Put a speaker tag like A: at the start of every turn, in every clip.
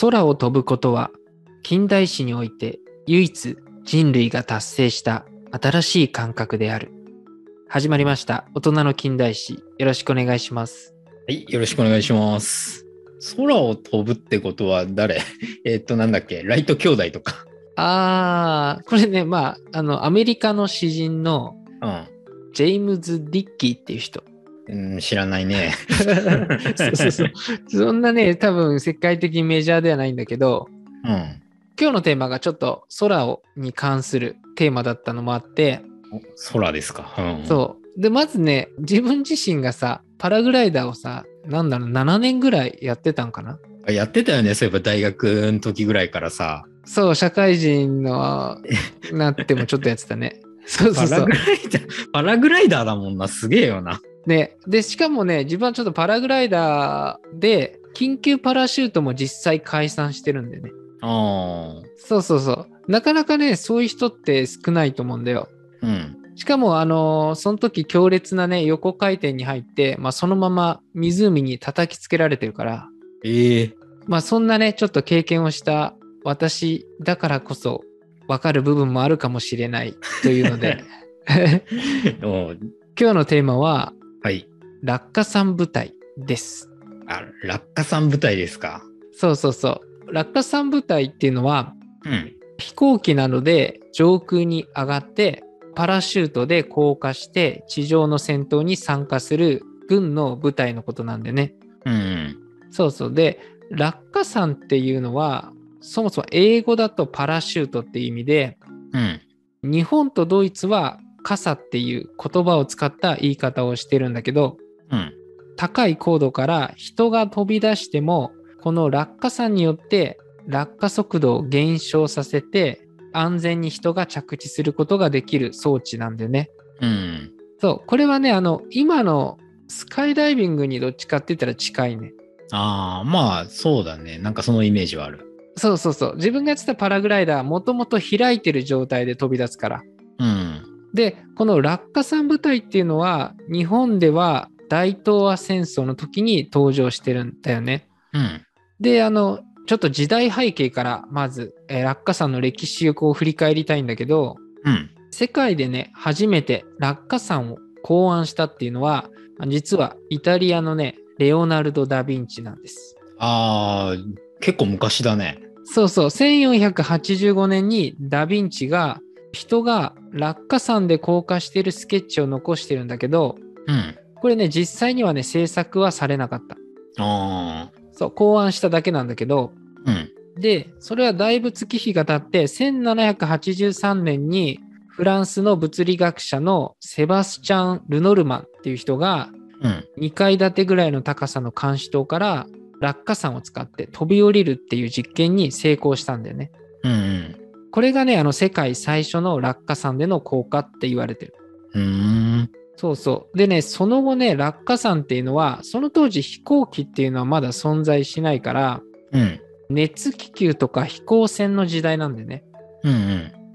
A: 空を飛ぶことは近代史において唯一人類が達成した新しい感覚である。始まりました。大人の近代史。よろしくお願いします。
B: はい、よろしくお願いします。空を飛ぶってことは誰 えっと、なんだっけライト兄弟とか。
A: あー、これね、まあ、あの、アメリカの詩人のジェイムズ・ディッキーっていう 人。
B: うん。うん、知らないね。
A: そうそうそう。そんなね、多分世界的メジャーではないんだけど、
B: うん。
A: 今日のテーマがちょっと空をに関するテーマだったのもあって、
B: 空ですか。うん。
A: そう。で、まずね、自分自身がさ、パラグライダーをさ、なんだろう、7年ぐらいやってたんかな
B: やってたよね。そういえば大学の時ぐらいからさ。
A: そう、社会人 のなってもちょっとやってたね。そうそ
B: パ
A: うそ
B: ラ
A: う
B: グ。ライダー、 パラグライダーだもんな。すげえよな。
A: ね、で、しかもね、自分はちょっとパラグライダーで、緊急パラシュートも実際解散してるんでね。
B: ああ。
A: そうそうそう。なかなかね、そういう人って少ないと思うんだよ。
B: うん。
A: しかも、あのーその時強烈なね、横回転に入って、まあ、そのまま湖に叩きつけられてるから、
B: ええ
A: まあそんなね、ちょっと経験をした私だからこそ分かる部分もあるかもしれないというので、
B: お
A: 今日のテーマは
B: はい。
A: 落下傘部隊です。
B: あ、落下さん舞台ですか。
A: そうそうそう。落下傘部隊っていうのは
B: うん。
A: 飛行機などで上空に上がってパラシュートで降下して地上の戦闘に参加する軍の部隊のことなんでね。
B: うん。
A: そうそう。で、落下傘っていうのはそもそも英語だとパラシュートっていう意味で、
B: うん。
A: 日本とドイツは傘っていう言葉を使った言い方をしてるんだけど
B: うん。
A: 高い高度から人が飛び出してもこの落下傘によって落下速度を減少させて安全に人が着地することができる装置なんでね
B: うん。
A: そうこれはねあの今のスカイダイビングにどっちかって言ったら近いね
B: ああ、まあ、そうだね。なんかそのイメージはある。
A: そうそうそう自分がやってたパラグライダーはもともと開いてる状態で飛び出すから
B: うん。
A: でこの落下傘部隊っていうのは日本では大東亜戦争の時に登場してるんだよね。
B: うん。
A: であのちょっと時代背景からまず、えー落下傘の歴史をこう振り返りたいんだけど
B: うん。
A: 世界でね初めて落下傘を考案したっていうのは実はイタリアのねレオナルド・ダ・ヴィンチなんです。
B: ああ、結構昔だね。
A: そうそう1485年にダ・ヴィンチが人が落下傘で降下してるスケッチを残してるんだけど
B: うん。
A: これね、実際にはね、制作はされなかった。
B: ああ、
A: そう、考案しただけなんだけど、
B: うん。
A: で、それはだいぶ月日が経って、1783年にフランスの物理学者のセバスチャン・ルノルマンっていう人が、
B: うん。
A: 2階建てぐらいの高さの監視塔から落下傘を使って飛び降りるっていう実験に成功したんだよね。
B: うん。
A: これがね、あの世界最初の落下傘での効果って言われてる。
B: うん。
A: そうそう。でね、その後ね、落下傘っていうのは、その当時飛行機っていうのはまだ存在しないから、
B: うん。
A: 熱気球とか飛行船の時代なんでね。
B: うん。う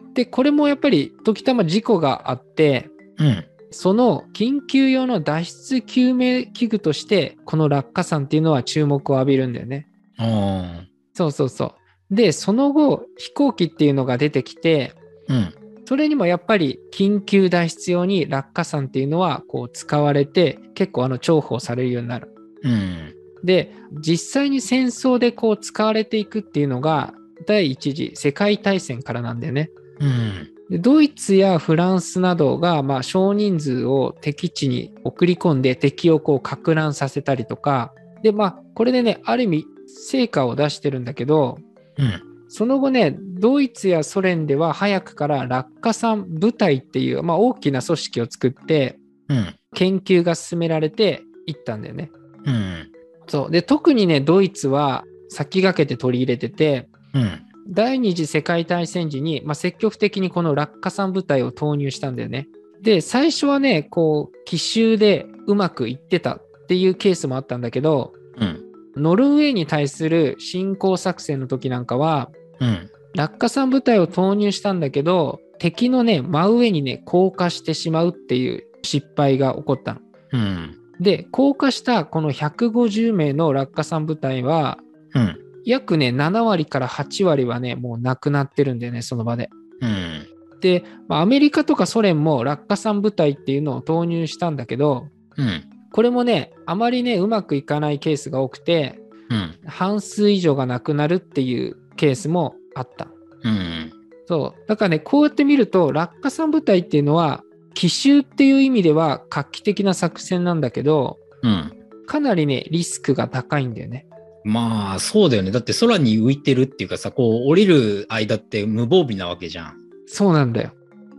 B: ん。
A: で、これもやっぱり時たま事故があって、
B: うん。
A: その緊急用の脱出救命器具として、この落下傘っていうのは注目を浴びるんだよね。
B: あ
A: そうそうそう。で、その後、飛行機っていうのが出てきて、
B: あ、うん。
A: それにもやっぱり緊急脱出用に落下傘っていうのはこう使われて、結構あの重宝されるようになる。
B: うん。
A: で実際に戦争でこう使われていくっていうのが第一次世界大戦からなんだよね。
B: うん。
A: でドイツやフランスなどが、まあ、少人数を敵地に送り込んで敵をこう撹乱させたりとかでまあこれでねある意味成果を出してるんだけど
B: うん。
A: その後ねドイツやソ連では早くから落下傘部隊っていう、まあ、大きな組織を作って
B: うん。
A: 研究が進められていったんだよね。
B: うん。
A: そうで特にねドイツは先駆けて取り入れてて
B: うん。
A: 第二次世界大戦時に、まあ、積極的にこの落下傘部隊を投入したんだよね。で最初はねこう奇襲でうまくいってたっていうケースもあったんだけど
B: うん。
A: ノルウェーに対する侵攻作戦の時なんかは
B: うん。
A: 落下傘部隊を投入したんだけど敵のね真上にね降下してしまうっていう失敗が起こったの。
B: うん。
A: で降下したこの150名の落下傘部隊は
B: うん。
A: 約ね、7割から8割はね、もうなくなってるんだよね、その場で。
B: うん。
A: で、まあアメリカとかソ連も落下傘部隊っていうのを投入したんだけど、
B: うん。
A: これもね、あまりね、うまくいかないケースが多くて、
B: うん。
A: 半数以上がなくなるっていうケースもあった。
B: うん。
A: そう。だからね、こうやって見ると、落下傘部隊っていうのは、奇襲っていう意味では画期的な作戦なんだけど、
B: うん。
A: かなりね、リスクが高いんだよね。
B: まあ、そうだよね。だって空に浮いてるっていうかさ、こう降りる間って無防備なわけじゃん。
A: そうなんだよ。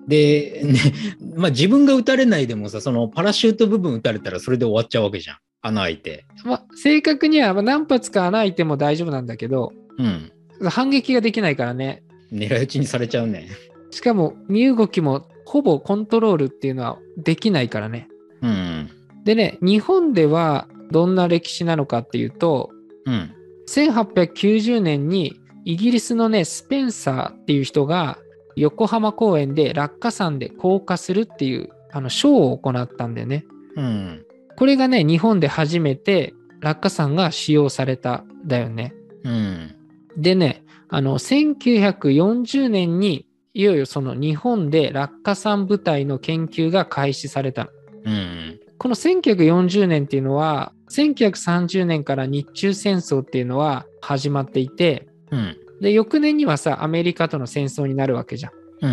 B: で、ね、 まあ自分が撃たれないでもさ、そのパラシュート部分撃たれたらそれで終わっちゃうわけじゃん。穴開いて。
A: まあ、正確にはまあ何発か穴開いても大丈夫なんだけど、
B: うん。
A: 反撃ができないからね。
B: 狙い撃ちにされちゃうね。
A: しかも、身動きもほぼコントロールっていうのはできないからね。
B: うん。
A: でね、日本ではどんな歴史なのかっていうと、
B: うん。
A: 1890年にイギリスのね、スペンサーっていう人が横浜公園で落下山で降下するっていうあのショーを行ったんだよね。
B: うん。
A: これがね、日本で初めて落下山が使用されたんだよね。
B: うん。
A: でね、あの、1940年にいよいよその日本で落下山部隊の研究が開始されたの。
B: うん。
A: この1940年っていうのは、1930年から日中戦争っていうのは始まっていて、
B: うん。
A: で、翌年にはさ、アメリカとの戦争になるわけじゃん。
B: う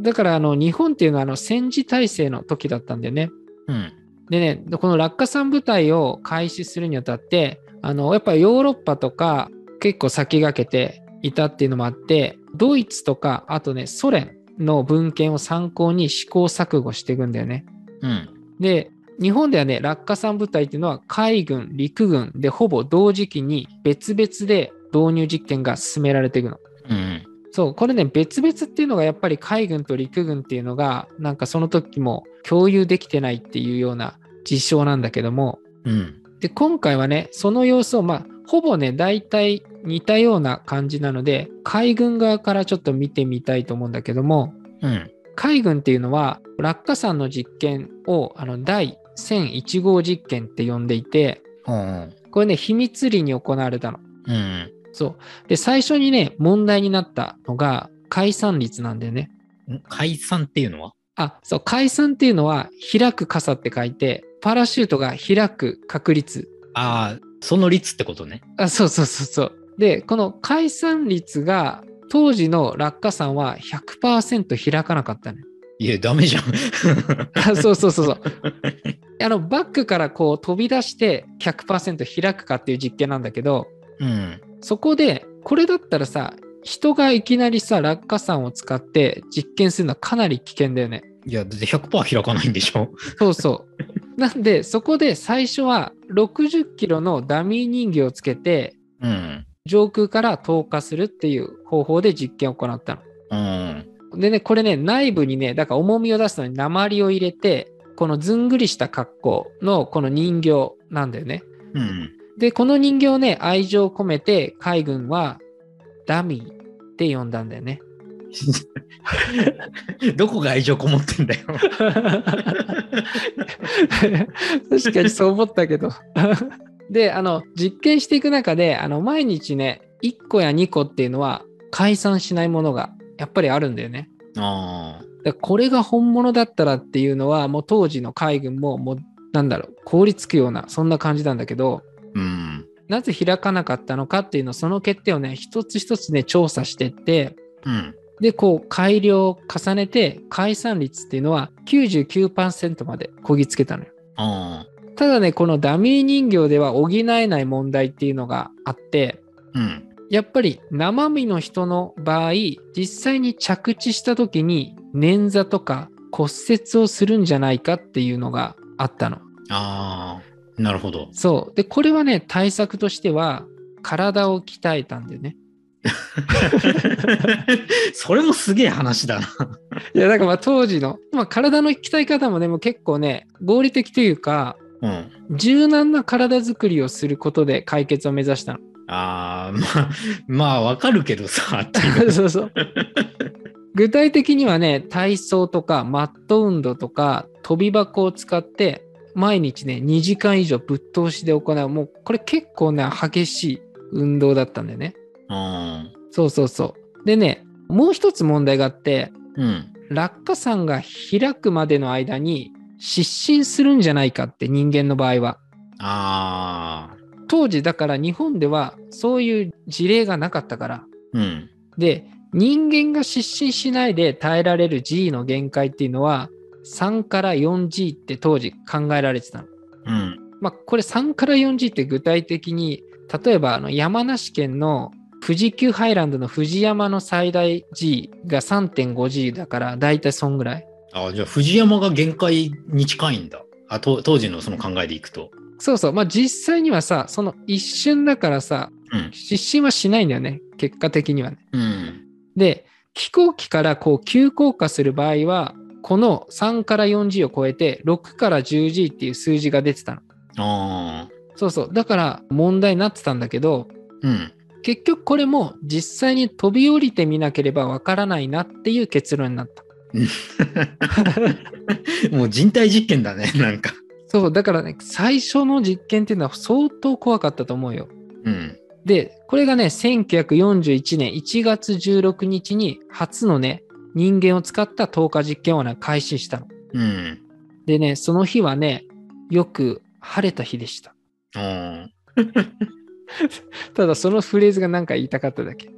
B: ん。
A: だから、あの、日本っていうのは、あの、戦時体制の時だったんだよね。
B: うん。
A: でね、この落下傘部隊を開始するにあたって、あの、やっぱヨーロッパとか結構先駆けていたっていうのもあって、ドイツとか、あとね、ソ連の文献を参考に試行錯誤していくんだよね。
B: うん。
A: で、日本ではね、落下傘部隊っていうのは海軍、陸軍でほぼ同時期に別々で導入実験が進められていくの。
B: うん。
A: そう、これね、別々っていうのがやっぱり海軍と陸軍っていうのが、なんかその時も共有できてないっていうような事象なんだけども、
B: うん。
A: で、今回はね、その様子を、まあ、ほぼね、大体似たような感じなので、海軍側からちょっと見てみたいと思うんだけども、
B: うん。
A: 海軍っていうのは、落下山の実験を、あの、第1001号実験って呼んでいて、
B: うん。
A: これね、秘密裏に行われたの。
B: うん。
A: そう。で、最初にね、問題になったのが、解散率なんだよね。
B: 解散っていうのは
A: あ、そう、解散っていうのは、開く傘って書いて、パラシュートが開く確率。
B: ああ、その率ってことね。
A: あ、そうそうそうそう。で、この解散率が、当時の落下傘は100%開かなかったね。
B: いや、ダメじゃん。
A: あそうそうそうそう。あの、バックからこう飛び出して100%開くかっていう実験なんだけど、
B: うん。
A: そこで、これだったらさ、人がいきなりさ、落下傘を使って実験するのはかなり危険だよね。
B: いや、だって100%開かないんでしょ。
A: そうそう。なんで、そこで最初は60キロのダミー人形をつけて、
B: うん。
A: 上空から投下するっていう方法で実験を行った
B: うん。
A: の。でね、これね、内部にね、だから重みを出すのに鉛を入れて、このずんぐりした格好のこの人形なんだよね。
B: うん。
A: で、この人形をね、愛情を込めて海軍はダミーって呼んだんだよね。
B: どこが愛情こもってん だよ。
A: 確かにそう思ったけど。 で、あの、実験していく中で、あの、毎日ね、1個や2個っていうのは解散しないものがやっぱりあるんだよね。
B: ああ。
A: だからこれが本物だったらっていうのは、もう当時の海軍も、もう、なんだろう、凍りつくような、そんな感じなんだけど、
B: うん。
A: なぜ開かなかったのかっていうの、その欠点をね、一つ一つね、調査してって、
B: うん。
A: で、こう、改良を重ねて、解散率っていうのは99%までこぎつけたのよ。
B: ああ。
A: ただね、このダミー人形では補えない問題っていうのがあって、
B: うん。
A: やっぱり生身の人の場合、実際に着地した時に捻挫とか骨折をするんじゃないかっていうのがあったの。
B: ああ。なるほど。
A: そう。で、これはね、対策としては、体を鍛えたんだよね。
B: それもすげえ話だな。
A: いや、だからまあ当時の、まあ、体の鍛え方もね、もう結構ね、合理的というか、
B: うん。
A: 柔軟な体づくりをすることで解決を目指したの。
B: ああ、まあ、まあ、わかるけどさ、ってい う
A: そうそう。具体的にはね、体操とかマット運動とか飛び箱を使って毎日ね、2時間以上ぶっ通しで行う。もうこれ結構ね、激しい運動だったんだよね。
B: あ
A: そうそうそう。でね、もう一つ問題があって、
B: ーうん。
A: 落下傘が開くまでの間に失神するんじゃないかって人間の場合は。
B: ああ。
A: 当時だから日本ではそういう事例がなかったから。
B: うん。
A: で、人間が失神しないで耐えられる G の限界っていうのは3から 4G って当時考えられてたの。
B: うん。
A: まあ、これ3から 4G って具体的に例えばあの山梨県の富士急ハイランドの富士山の最大 G が 3.5G だからだいたいそんぐらい。
B: あーじゃあ、藤山が限界に近いんだ。あと当時のその考えでいくと。
A: そうそう、まあ実際にはさ、その一瞬だからさ、
B: うん
A: 失神はしないんだよね、結果的にはね。
B: うん。
A: で、飛行機からこう急降下する場合は、この3から 4G を超えて6から 10G っていう数字が出てたの。
B: ああ。
A: そうそう、だから問題になってたんだけど、
B: うん。
A: 結局これも実際に飛び降りてみなければわからないなっていう結論になった。
B: もう人体実験だね、 なんか。
A: そう、だからね、最初の実験っていうのは相当怖かったと思うよ。
B: うん。
A: で、これがね、1941年1月16日に初のね、人間を使った投下実験をね、開始したの。
B: うん。
A: でね、その日はね、よく晴れた日でした。
B: ああ。
A: ただそのフレーズがなんか言いたかっただけ。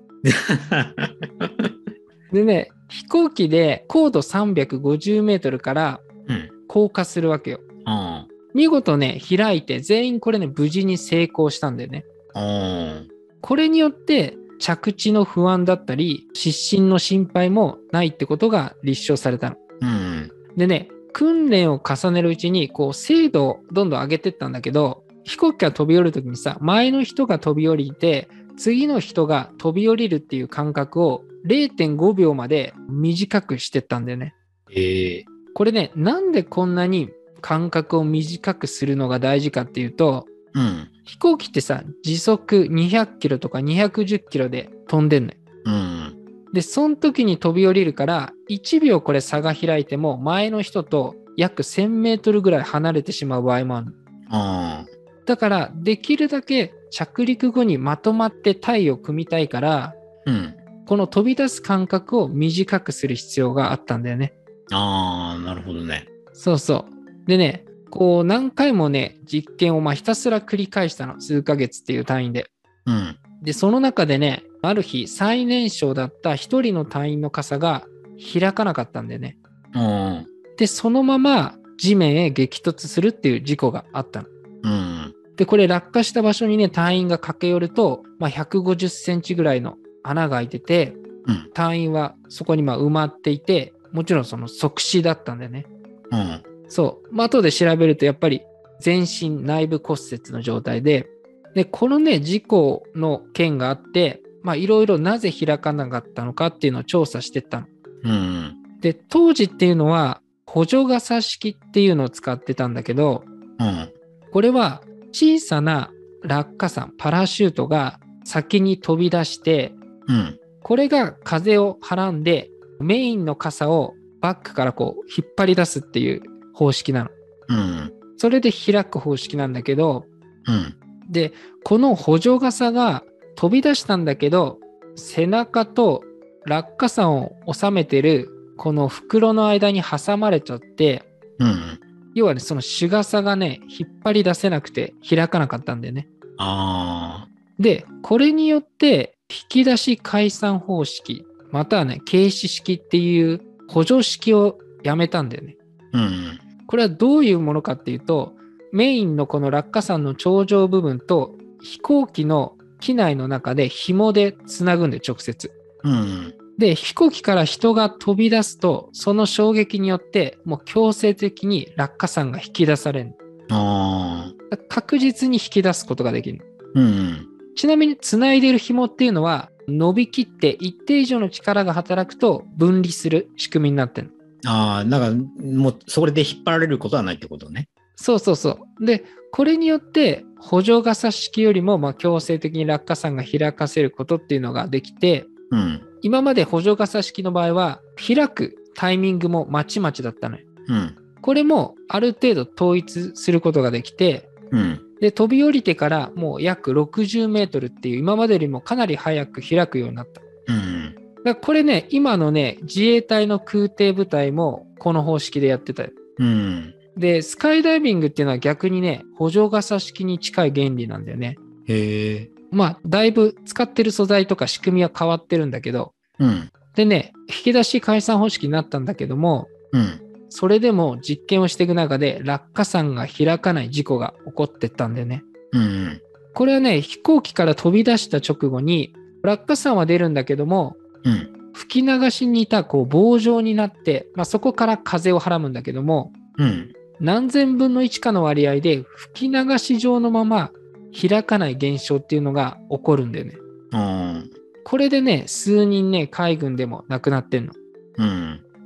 A: でね、飛行機で高度350メートルから
B: うん。
A: 降下するわけよ。
B: あ
A: 見事ね、開いて全員これね、無事に成功したんだよね。
B: あ。あ
A: これによって着地の不安だったり、失神の心配もないってことが立証されたの。
B: あ。うん。
A: でね、訓練を重ねるうちに、こう、精度をどんどん上げてったんだけど、飛行機から飛び降りるときにさ、前の人が飛び降りて、次の人が飛び降りるっていう感覚を0.5秒まで短くしてったんだよね。
B: ええ
A: これね、なんでこんなに感覚を短くするのが大事かっていうと、
B: うん。
A: 飛行機ってさ、時速200キロとか210キロで飛んでんのよ。
B: うん。
A: で、その時に飛び降りるから、1秒これ差が開いても、前の人と約1000メートルぐらい離れてしまう場合もある。
B: ああ。
A: だから、できるだけ着陸後にまとまって体を組みたいから、
B: うん。
A: この飛び出す間隔を短くする必要があったんだよね。
B: ああ、なるほどね。
A: そうそう。でね、こう何回もね、実験をまあひたすら繰り返したの。数ヶ月っていう単位で。
B: うん。
A: で、その中でね、ある日、最年少だった一人の隊員の傘が開かなかったんだよね。
B: うん。
A: で、そのまま地面へ激突するっていう事故があったの。
B: うん。
A: で、これ落下した場所にね、隊員が駆け寄ると、まあ、150センチぐらいの穴が開いてて、
B: うん。
A: 隊員はそこにまあ埋まっていて、もちろんその即死だったんだよね。
B: うん。
A: そう。まあ、後で調べると、やっぱり全身内部骨折の状態で、で、このね、事故の件があって、まあ、いろいろなぜ開かなかったのかっていうのを調査してったの。
B: うん。
A: で、当時っていうのは、補助傘式っていうのを使ってたんだけど、
B: うん。
A: これは小さな落下傘、パラシュートが先に飛び出して、
B: うん。
A: これが風をはらんで、メインの傘をバックからこう引っ張り出すっていう方式なの。
B: うん。
A: それで開く方式なんだけど、
B: うん。
A: で、この補助傘が飛び出したんだけど、背中と落下傘を収めてるこの袋の間に挟まれちゃって、
B: うん。
A: 要はね、その主傘がね、引っ張り出せなくて開かなかったんだよね。
B: あ
A: で、これによって、引き出し解散方式、またはね、軽視式っていう補助式をやめたんだよね。
B: あ。うん。
A: これはどういうものかっていうと、メインのこの落下傘の頂上部分と飛行機の機内の中で紐でつなぐんで直接。
B: うん。
A: で、飛行機から人が飛び出すと、その衝撃によって、もう強制的に落下傘が引き出される。
B: ああ。
A: 確実に引き出すことができる。
B: うん。
A: ちなみに、つないでる紐っていうのは、伸びきって一定以上の力が働くと分離する仕組みになってる。
B: ああ、なんか、もう、それで引っ張られることはないってことね。
A: そうそうそう。で、これによって補助傘式よりもまあ強制的に落下傘が開かせることっていうのができて、
B: うん。
A: 今まで補助傘式の場合は開くタイミングもまちまちだったのよ。
B: うん。
A: これもある程度統一することができて、
B: うん。
A: で、飛び降りてからもう約60メートルっていう、今までよりもかなり早く開くようになった。
B: う
A: だ
B: ん。
A: からこれね、今のね、自衛隊の空挺部隊もこの方式でやってたよ。
B: うん。
A: で、スカイダイビングっていうのは逆にね、補助傘式に近い原理なんだよね。
B: へえ。
A: まあ、だいぶ使ってる素材とか仕組みは変わってるんだけど、
B: うん。
A: でね、引き出し解散方式になったんだけども、
B: うん。
A: それでも実験をしていく中で落下傘が開かない事故が起こってったんだよね。
B: うん。
A: これはね、飛行機から飛び出した直後に、落下傘は出るんだけども、
B: うん。
A: 吹き流しにいたこう棒状になって、まあ、そこから風をはらむんだけども、
B: うん。
A: 何千分の1かの割合で吹き流し状のまま開かない現象っていうのが起こるんだよね。
B: あ
A: これでね、数人ね、海軍でも亡くなってんの。
B: ーう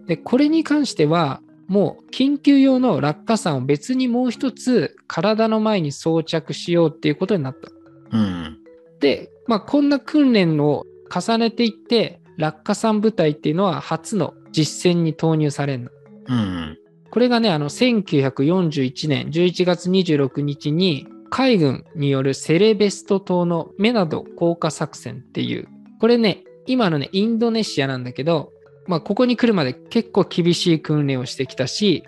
B: ん。
A: で、これに関しては、もう緊急用の落下傘を別にもう一つ体の前に装着しようっていうことになった。
B: うん。
A: で、まあ、こんな訓練を重ねていって、落下傘部隊っていうのは初の実戦に投入されるの。
B: うん。
A: これがね、あの、1941年11月26日に、海軍によるセレベスト島のメナド降下作戦っていう、これね、今のね、インドネシアなんだけど、まあ、ここに来るまで結構厳しい訓練をしてきたし、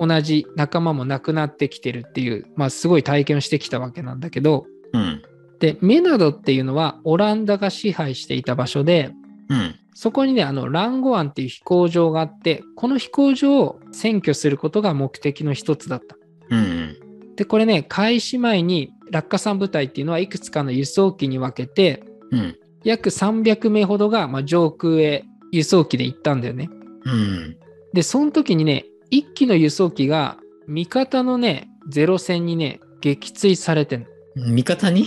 B: うん。
A: 同じ仲間も亡くなってきてるっていう、まあ、すごい体験をしてきたわけなんだけど、
B: うん。
A: で、メナドっていうのはオランダが支配していた場所で、
B: うん。
A: そこにね、あの、ランゴ湾っていう飛行場があって、この飛行場を占拠することが目的の一つだった。
B: うん。
A: で、これね、開始前に落下傘部隊っていうのはいくつかの輸送機に分けて、
B: うん。
A: 約300名ほどが、まあ、上空へ輸送機で行ったんだよね。
B: うん。
A: で、その時にね、1機の輸送機が味方のね、ゼロ戦にね、撃墜されてんの。
B: 味方に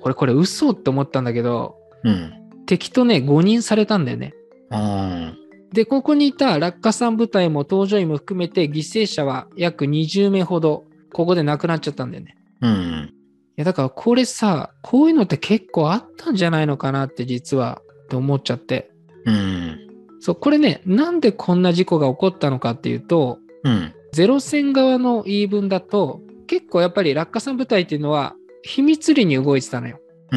A: 俺これ嘘って思ったんだけど、
B: うん。
A: 敵とね、誤認されたんだよね。
B: あ
A: で、ここにいた落下傘部隊も搭乗員も含めて犠牲者は約20名ほど、ここで亡くなっちゃったんだよね。
B: あ。うん。
A: いや、だからこれさ、こういうのって結構あったんじゃないのかなって実は、って思っちゃって。
B: うん。
A: そう、これね、なんでこんな事故が起こったのかっていうと、
B: うん。
A: ゼロ戦側の言い分だと、結構やっぱり落下傘部隊っていうのは、秘密裏に動いてたのよ。
B: う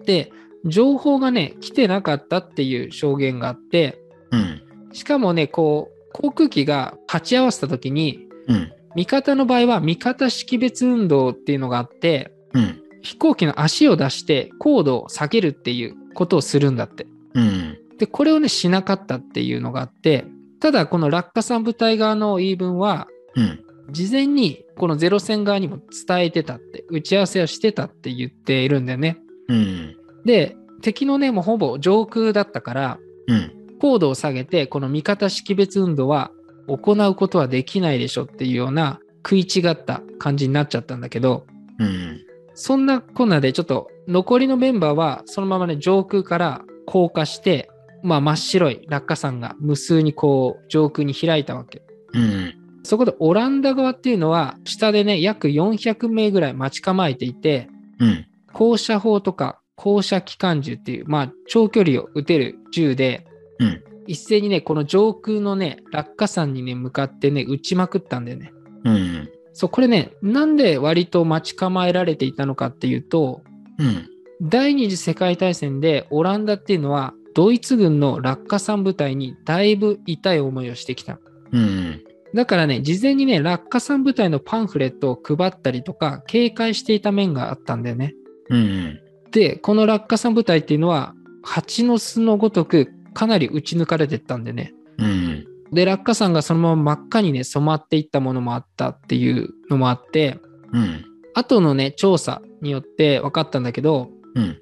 B: ん。
A: で、情報がね、来てなかったっていう証言があって、
B: うん。
A: しかもね、こう、航空機が鉢合わせた時に、
B: うん。
A: 味方の場合は味方識別運動っていうのがあって、
B: うん。
A: 飛行機の足を出して高度を下げるっていうことをするんだって。
B: うん。
A: で、これをね、しなかったっていうのがあって、ただこの落下傘部隊側の言い分は、
B: うん。
A: 事前にこのゼロ戦側にも伝えてたって、打ち合わせをしてたって言っているんだよね。
B: うん。
A: で、敵のね、もうほぼ上空だったから、
B: うん。
A: 高度を下げてこの味方識別運動は行うことはできないでしょっていうような食い違った感じになっちゃったんだけど
B: うん。
A: そんなこんなでちょっと残りのメンバーはそのままね上空から降下して、まあ、真っ白い落下山が無数にこう上空に開いたわけ
B: うん。
A: そこでオランダ側っていうのは下でね約400名ぐらい待ち構えていて
B: うん。
A: 高射砲とか高射機関銃っていう、まあ、長距離を撃てる銃で、
B: うん
A: 一斉にね、この上空のね、落下山にね、向かってね、撃ちまくったんだよね。
B: うん。
A: そう、これね、なんで割と待ち構えられていたのかっていうと、
B: うん。
A: 第二次世界大戦でオランダっていうのは、ドイツ軍の落下山部隊にだいぶ痛い思いをしてきた。
B: うん。
A: だからね、事前にね、落下山部隊のパンフレットを配ったりとか、警戒していた面があったんだよね。
B: うん。
A: でこの落下傘部隊っていうのは蜂の巣のごとくかなり撃ち抜かれてったんでね
B: うん。
A: で落下傘がそのまま真っ赤にね染まっていったものもあったっていうのもあって
B: うん。
A: 後のね調査によって分かったんだけど
B: うん。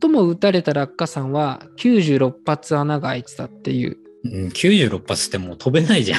A: 最も撃たれた落下傘は96発穴が開いてたっていう、
B: うん。96発ってもう飛べないじゃ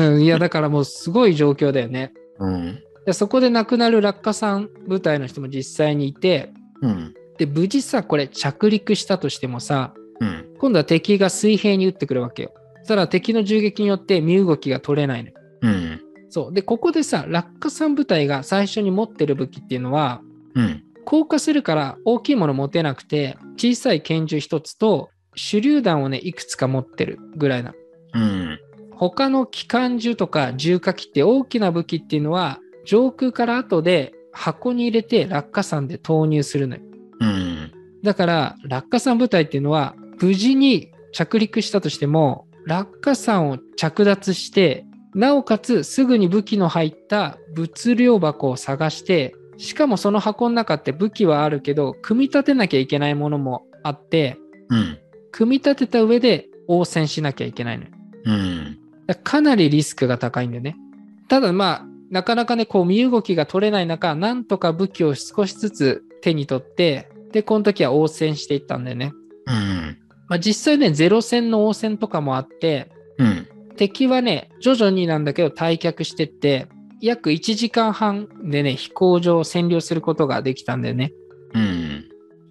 B: ん。
A: うん、いやだからもうすごい状況だよね
B: うん。
A: でそこで亡くなる落下傘部隊の人も実際にいて
B: うん。
A: で無事さこれ着陸したとしてもさ
B: うん。
A: 今度は敵が水平に撃ってくるわけよ。そしたら敵の銃撃によって身動きが取れないのよ。
B: うん。
A: そう。で、ここでさ、落下傘部隊が最初に持ってる武器っていうのは、
B: うん。
A: 降下するから大きいもの持てなくて、小さい拳銃一つと手榴弾をね、いくつか持ってるぐらいなの。
B: うん。
A: 他の機関銃とか銃火器って大きな武器っていうのは、上空から後で箱に入れて落下傘で投入するのよ。
B: うん。
A: だから落下傘部隊っていうのは無事に着陸したとしても落下傘を着脱してなおかつすぐに武器の入った物量箱を探してしかもその箱の中って武器はあるけど組み立てなきゃいけないものもあって
B: うん。
A: 組み立てた上で応戦しなきゃいけないのよ
B: うん。
A: だからかなりリスクが高いんだよね。ただまあ、なかなかね、こう身動きが取れない中、なんとか武器を少しずつ手に取って、で、この時は応戦していったんだよね。
B: うん。
A: まあ実際ね、ゼロ戦の応戦とかもあって、
B: うん。
A: 敵はね、徐々になんだけど退却してって、約1時間半でね、飛行場を占領することができたんだよね。
B: うん。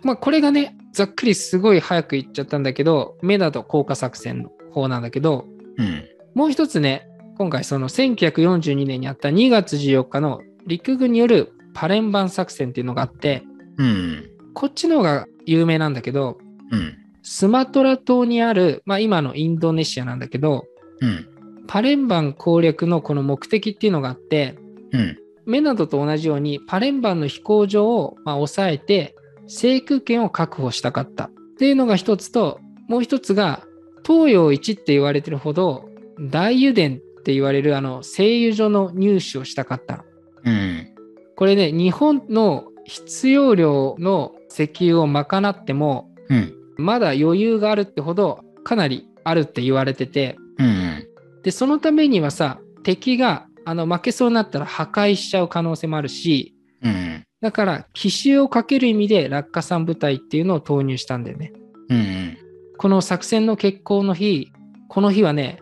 A: まあこれがね、ざっくりすごい早くいっちゃったんだけど、メダと降下作戦の方なんだけど、
B: うん。
A: もう一つね、今回その1942年にあった2月14日の陸軍によるパレンバン作戦っていうのがあって、
B: うん。
A: こっちの方が有名なんだけど、
B: うん。
A: スマトラ島にある、まあ今のインドネシアなんだけど、
B: うん。
A: パレンバン攻略のこの目的っていうのがあって、
B: うん。
A: メナドと同じようにパレンバンの飛行場をまあ抑えて制空権を確保したかったっていうのが一つともう一つが東洋一って言われてるほど大油田って言われるあの製油所の入手をしたかった
B: うん。
A: これね日本の必要量の石油を賄っても
B: うん。
A: まだ余裕があるってほどかなりあるって言われてて
B: うん。
A: でそのためにはさ敵があの負けそうになったら破壊しちゃう可能性もあるし
B: うん。
A: だから、奇襲をかける意味で落下傘部隊っていうのを投入したんだよね。
B: うん。
A: この作戦の決行の日、この日はね、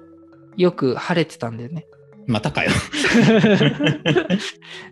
A: よく晴れてたんだよね。
B: またかよ。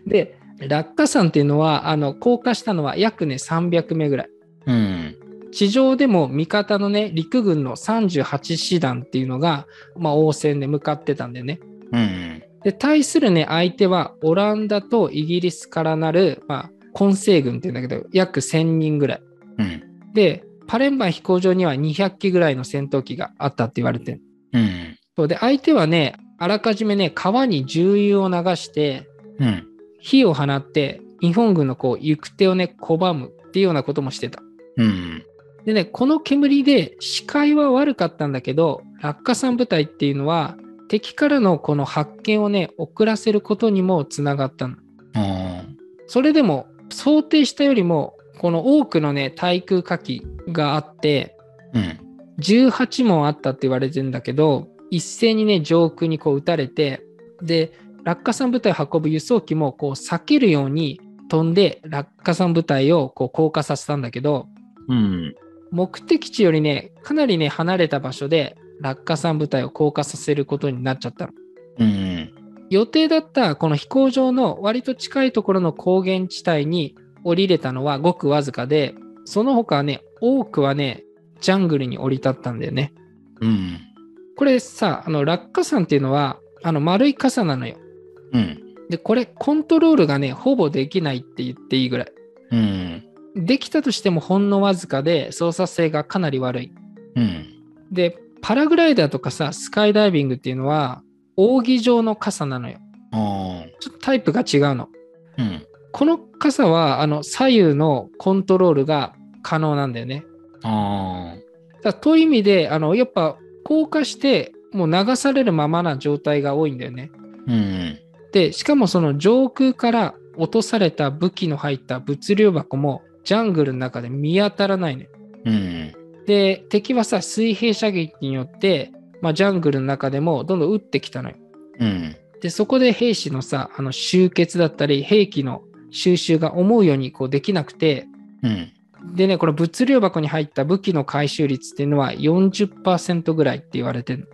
A: で、落下傘っていうのは、あの、降下したのは約ね、300名ぐらい。
B: うん。
A: 地上でも味方のね、陸軍の38師団っていうのが、まあ、応戦で向かってたんだよね。
B: うん。
A: で、対するね、相手はオランダとイギリスからなる、まあ、混成軍っていうんだけど、約1000人ぐらい。
B: うん。
A: で、パレンバン飛行場には200機ぐらいの戦闘機があったって言われてる。
B: うん。
A: そうで、相手はね、あらかじめね、川に重油を流して、
B: うん。
A: 火を放って、日本軍のこう行く手をね、拒むっていうようなこともしてた。
B: うん。
A: でね、この煙で視界は悪かったんだけど、落下傘部隊っていうのは、敵からのこの発見をね、遅らせることにもつながったの。
B: あ
A: それでも、想定したよりも、この多くのね、対空火器があって、
B: ーうん。
A: 18問あったって言われてんだけど一斉にね上空にこう撃たれてで落下傘部隊を運ぶ輸送機もこう避けるように飛んで落下傘部隊をこう降下させたんだけど
B: うん。
A: 目的地よりねかなりね離れた場所で落下傘部隊を降下させることになっちゃったの
B: うん。
A: 予定だったこの飛行場の割と近いところの高原地帯に降りれたのはごくわずかでその他はね多くはねジャングルに降り立ったんだよね
B: うん。
A: これさ、あの落下傘っていうのはあの丸い傘なのよ。
B: うん。
A: で、これコントロールがね、ほぼできないって言っていいぐらい。
B: うん。
A: できたとしてもほんのわずかで操作性がかなり悪い。
B: うん。
A: で、パラグライダーとかさ、スカイダイビングっていうのは扇状の傘なのよ。
B: あ
A: ちょっとタイプが違うの。
B: あ。うん。
A: この傘はあの左右のコントロールが可能なんだよね。
B: ああ。
A: だからという意味で、あのやっぱ降下してもう流されるままな状態が多いんだよね。
B: うん。
A: でしかもその上空から落とされた武器の入った物量箱もジャングルの中で見当たらないのよ。
B: うん。
A: で敵はさ水平射撃によって、まあ、ジャングルの中でもどんどん撃ってきたのよ。
B: うん。
A: でそこで兵士のさあの集結だったり兵器の収集が思うようにこうできなくて
B: うん。
A: でねこの物量箱に入った武器の回収率っていうのは40%ぐらいって言われてる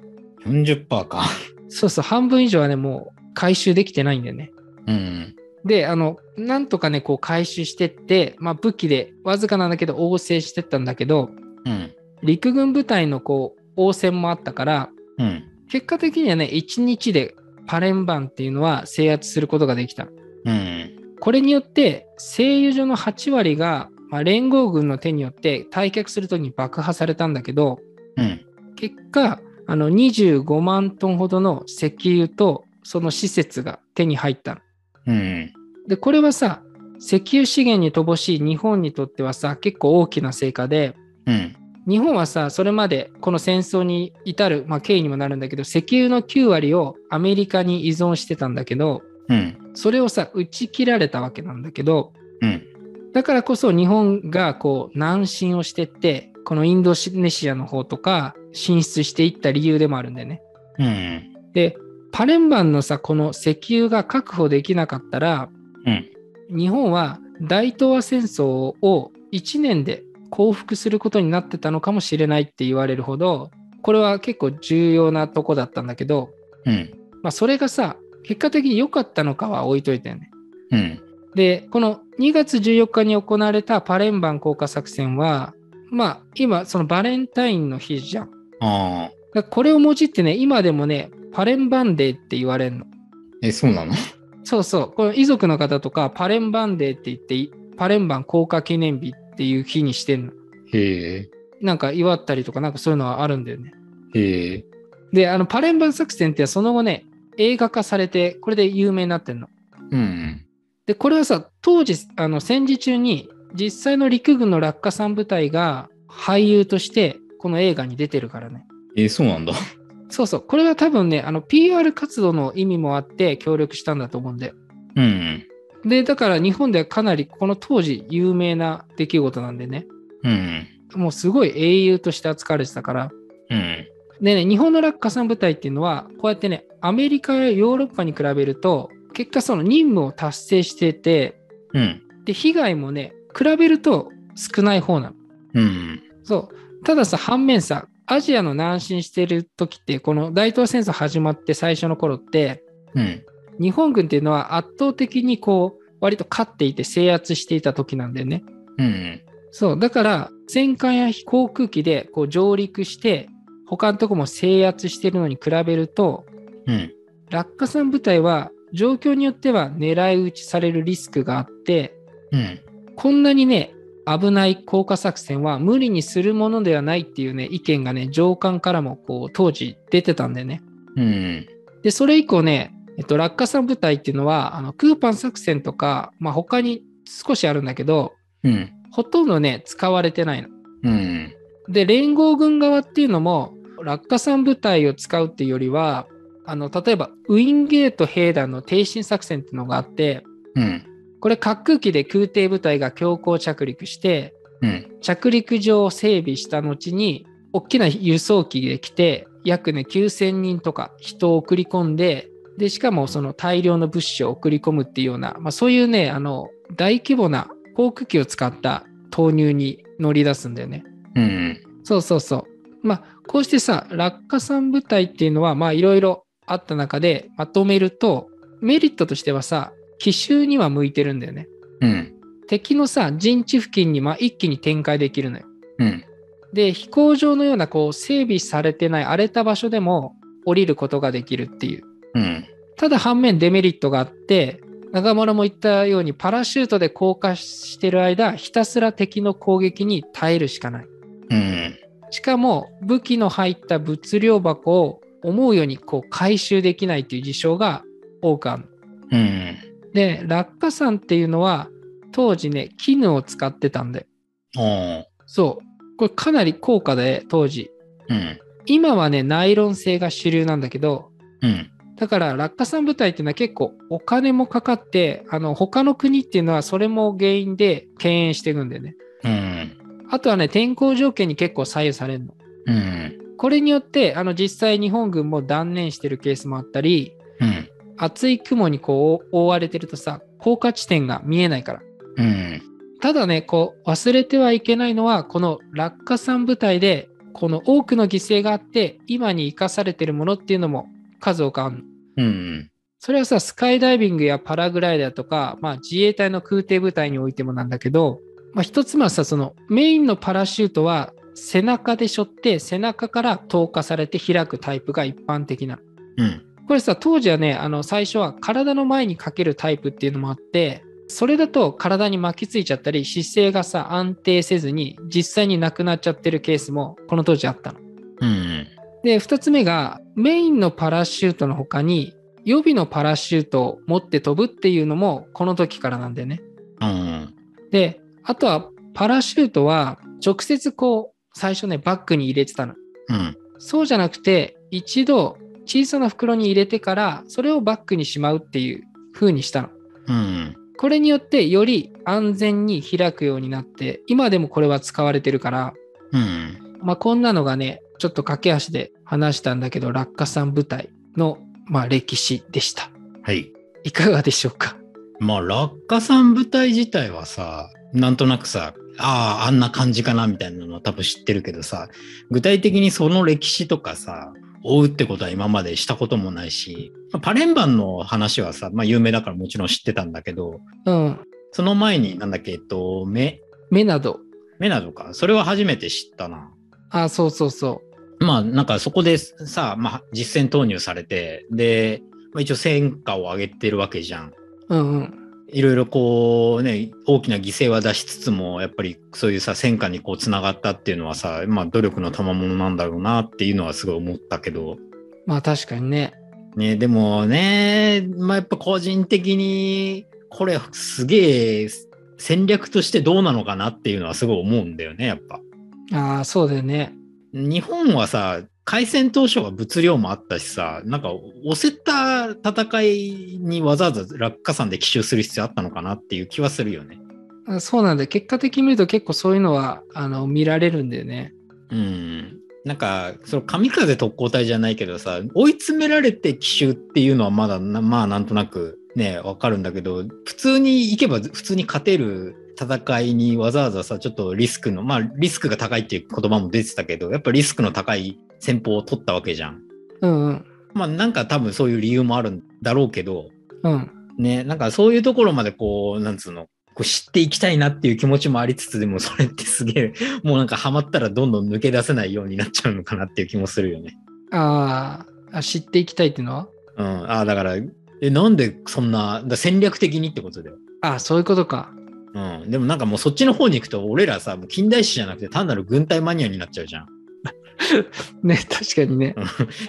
B: 40%か。
A: そうそう半分以上はねもう回収できてないんだよね。
B: うん。
A: で、あの、なんとかね、こう回収してって、まあ武器でわずかなんだけど応戦してったんだけど、
B: うん。
A: 陸軍部隊のこう応戦もあったから、
B: うん。
A: 結果的にはね、1日でパレンバンっていうのは制圧することができた。
B: うん。
A: これによって、製油所の8割が、まあ、連合軍の手によって退却するときに爆破されたんだけど、
B: うん。
A: 結果、あの25万トンほどの石油とその施設が手に入ったの
B: うん。
A: で、これはさ、石油資源に乏しい日本にとってはさ結構大きな成果で
B: うん。
A: 日本はさそれまでこの戦争に至る、まあ、経緯にもなるんだけど石油の9割をアメリカに依存してたんだけど
B: うん。
A: それをさ打ち切られたわけなんだけど
B: うん。
A: だからこそ日本がこう南進をしてってこのインドネシアの方とか進出していった理由でもあるんだよね。
B: うん。
A: でパレンバンのさこの石油が確保できなかったら
B: うん。
A: 日本は大東亜戦争を1年で降伏することになってたのかもしれないって言われるほどこれは結構重要なとこだったんだけど、
B: うん。
A: まあ、それがさ結果的に良かったのかは置いといてね。
B: うん。
A: で、この2月14日に行われたパレンバン降下作戦は、まあ、今、そのバレンタインの日じゃん。だか
B: ああ。
A: らこれをもじってね、今でもね、パレンバンデーって言われるの。
B: え、そうなの
A: そうそう、この遺族の方とか、パレンバンデーって言ってい、パレンバン降下記念日っていう日にしてんの。
B: へえ。
A: なんか祝ったりとか、なんかそういうのはあるんだよね。
B: へえ。
A: で、あの、パレンバン作戦ってその後ね、映画化されて、これで有名になってんの。
B: うん。
A: で、これはさ、当時、あの戦時中に実際の陸軍の落下傘部隊が俳優としてこの映画に出てるからね。
B: え、そうなんだ。
A: そうそう、これは多分ね、あの PR 活動の意味もあって協力したんだと思うんで。
B: うん。
A: で、だから日本ではかなりこの当時有名な出来事なんでね、
B: うん。
A: もうすごい英雄として扱われてたから。
B: うん。
A: でね、日本の落下傘部隊っていうのは、こうやってね、アメリカやヨーロッパに比べると、結果その任務を達成してて、
B: うん。
A: で被害もね比べると少ない方なの
B: うん。
A: そうたださ反面さアジアの南進してる時ってこの大東亜戦争始まって最初の頃って
B: うん。
A: 日本軍っていうのは圧倒的にこう割と勝っていて制圧していた時なんだよね
B: うん。
A: そうだから戦艦や航空機でこう上陸して他のとこも制圧してるのに比べると
B: うん。
A: 落下傘部隊は状況によっては狙い撃ちされるリスクがあって
B: うん。
A: こんなにね、危ない降下作戦は無理にするものではないっていうね、意見がね、上官からもこう当時出てたんでね。
B: うん。
A: で、それ以降ね、えっと、落下傘部隊っていうのは、あのクーパン作戦とか、まあ、他に少しあるんだけど、
B: うん。
A: ほとんどね、使われてないの。
B: うん。
A: で、連合軍側っていうのも、落下傘部隊を使うっていうよりは、あの例えばウィンゲート兵団の挺身作戦っていうのがあって、
B: うん。
A: これ滑空機で空挺部隊が強行着陸して、
B: うん。
A: 着陸場を整備した後に大きな輸送機で来て約ね9,000人とか人を送り込んででしかもその大量の物資を送り込むっていうような、まあ、そういうねあの大規模な航空機を使った投入に乗り出すんだよね。
B: うん。
A: そうそうそう。まあこうしてさ落下傘部隊っていうのはまあいろいろあった中でまとめるとメリットとしてはさ奇襲には向いてるんだよね。
B: うん。
A: 敵のさ陣地付近にまあ一気に展開できるのよ。
B: うん。
A: で飛行場のようなこう整備されてない荒れた場所でも降りることができるっていう
B: うん。
A: ただ反面デメリットがあって中村も言ったようにパラシュートで降下してる間ひたすら敵の攻撃に耐えるしかない
B: うん。
A: しかも武器の入った物量箱を思うようにこう回収できないという事象が多くある
B: うん。
A: で落下山っていうのは当時ね絹を使ってたんで
B: ああ。
A: そうこれかなり高価で当時
B: うん。
A: 今はねナイロン製が主流なんだけど
B: うん。
A: だから落下傘部隊っていうのは結構お金もかかってあの他の国っていうのはそれも原因で敬遠していくんだよね
B: うん。
A: あとはね天候条件に結構左右されるの
B: うん。
A: これによってあの実際日本軍も断念してるケースもあったり
B: うん。
A: 厚い雲にこう覆われてるとさ降下地点が見えないから
B: うん。
A: ただねこう忘れてはいけないのはこの落下傘部隊でこの多くの犠牲があって今に生かされてるものっていうのも数多くあるの
B: うん。
A: それはさ、スカイダイビングやパラグライダーとか、まあ、自衛隊の空挺部隊においてもなんだけど、まあ、一つ目はさ、そのメインのパラシュートは背中で背負って、背中から投下されて開くタイプが一般的な。
B: うん。
A: これさ、当時はね、あの最初は体の前にかけるタイプっていうのもあって、それだと体に巻きついちゃったり、姿勢がさ、安定せずに、実際になくなっちゃってるケースも、この当時あったの。
B: うん。
A: で、2つ目が、メインのパラシュートの他に、予備のパラシュートを持って飛ぶっていうのも、この時からなんでね。
B: うん。
A: で、あとはパラシュートは直接こう最初ねバッグに入れてたの。
B: うん。
A: そうじゃなくて一度小さな袋に入れてからそれをバッグにしまうっていう風にしたの。
B: うん。
A: これによってより安全に開くようになって今でもこれは使われてるから、
B: うん。
A: まあ、こんなのがねちょっと駆け足で話したんだけど落下傘部隊の、まあ、歴史でした。
B: はい。
A: いかがでしょうか
B: まあ、落下山部隊自体はさ、なんとなくさ、ああ、あんな感じかなみたいなのは多分知ってるけどさ、具体的にその歴史とかさ、追うってことは今までしたこともないし、まあパレンバンの話はさ、まあ有名だからもちろん知ってたんだけど、
A: うん。
B: その前になんだっけ、えっと、目、
A: 目など。
B: 目などか。それは初めて知ったな。
A: あ、そうそうそ
B: まあなんかそこでさ、まあ、実戦投入されてで、まあ、一応戦果を上げてるわけじゃん。
A: う。うんうん。
B: いろいろこうね大きな犠牲は出しつつもやっぱりそういうさ戦果にこうつながったっていうのはさ、まあ、努力の賜物なんだろうなっていうのはすごい思ったけど、
A: まあ確かにね。
B: ね、でもね、まあ、やっぱ個人的にこれすげえ戦略としてどうなのかなっていうのはすごい思うんだよねやっぱ。
A: ああ、そうだよね。
B: 日本はさ開戦当初は物量もあったしさなんか押せた戦いにわざわざ落下山で奇襲する必要あったのかなっていう気はするよね。
A: あそうなんだよ。結果的に見ると結構そういうのはあの見られるんだよね。
B: うんなんかその神風特攻隊じゃないけどさ追い詰められて奇襲っていうのはまだなまあなんとなくねわかるんだけど普通に行けば普通に勝てる戦いにわざわざさちょっとリスクのまあリスクが高いっていう言葉も出てたけどやっぱリスクの高い戦法を取ったわけじゃん。
A: うんうん。
B: まあなんか多分そういう理由もあるんだろうけど、
A: うん。
B: ね、なんかそういうところまでこう、なんつうの、こう知っていきたいなっていう気持ちもありつつ、でもそれってすげえ、 もうなんかハマったらどんどん抜け出せないようになっちゃうのかなっていう気もするよね。
A: あーあ、知っていきたいっていうのは
B: うん。ああ、だから、え、なんでそんな、だ戦略的にってことだよ。
A: ああ、そういうことか。
B: うん。でもなんかもうそっちの方に行くと、俺らさ、もう近代史じゃなくて単なる軍隊マニアになっちゃうじゃん。
A: ね、 確かにね。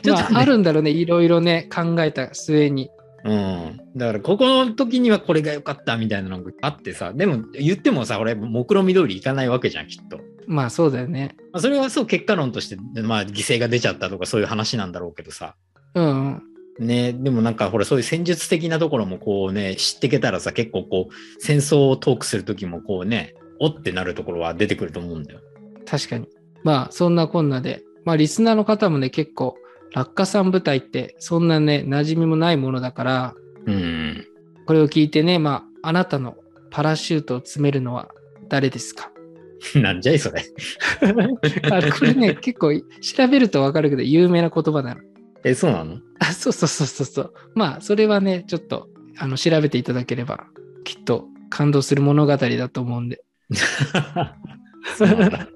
B: ちょっとね
A: まあ、あるんだろうね。いろいろね、考えた末に。
B: うん、だからここの時にはこれが良かったみたいなのがあってさでも言ってもさ俺目論見通りいかないわけじゃんきっと、ま
A: まあそうだよね。
B: あ、それはそう結果論として、まあ、犠牲が出ちゃったとかそういう話なんだろうけどさ
A: うんうん。
B: ねでもなんかほらそういう戦術的なところもこうね知っていけたらさ結構こう戦争をトークする時もこうねおってなるところは出てくると思うんだよ。
A: 確かに。まあそんなこんなで、まあリスナーの方もね、結構、落下山部隊ってそんなね、馴染みもないものだから、
B: うん
A: これを聞いてね、まああなたのパラシュートを詰めるのは誰です か
B: なんじゃいそれ。
A: あこれね、結構調べるとわかるけど、有名な言葉なの。
B: えそうなの
A: あ、そうそうそうそうそう。まあそれはね、ちょっとあの調べていただければ、きっと感動する物語だと思うんで。
B: そうなんだ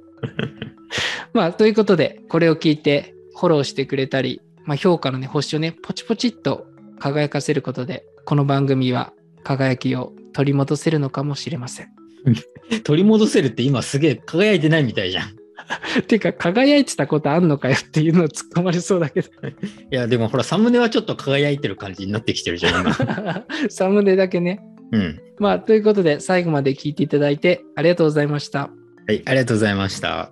A: まあ、ということで、これを聞いて、フォローしてくれたり、まあ、評価のね、星をね、ポチポチっと輝かせることで、この番組は輝きを取り戻せるのかもしれません。
B: 取り戻せるって今すげえ輝いてないみたいじゃん。
A: てか、輝いてたことあんのかよっていうのを突っ込まれそうだけど、
B: いや、でもほら、サムネはちょっと輝いてる感じになってきてるじゃん、今
A: サムネだけね。
B: うん。
A: まあ、ということで、最後まで聞いていただいてありがとうございました。
B: はい、ありがとうございました。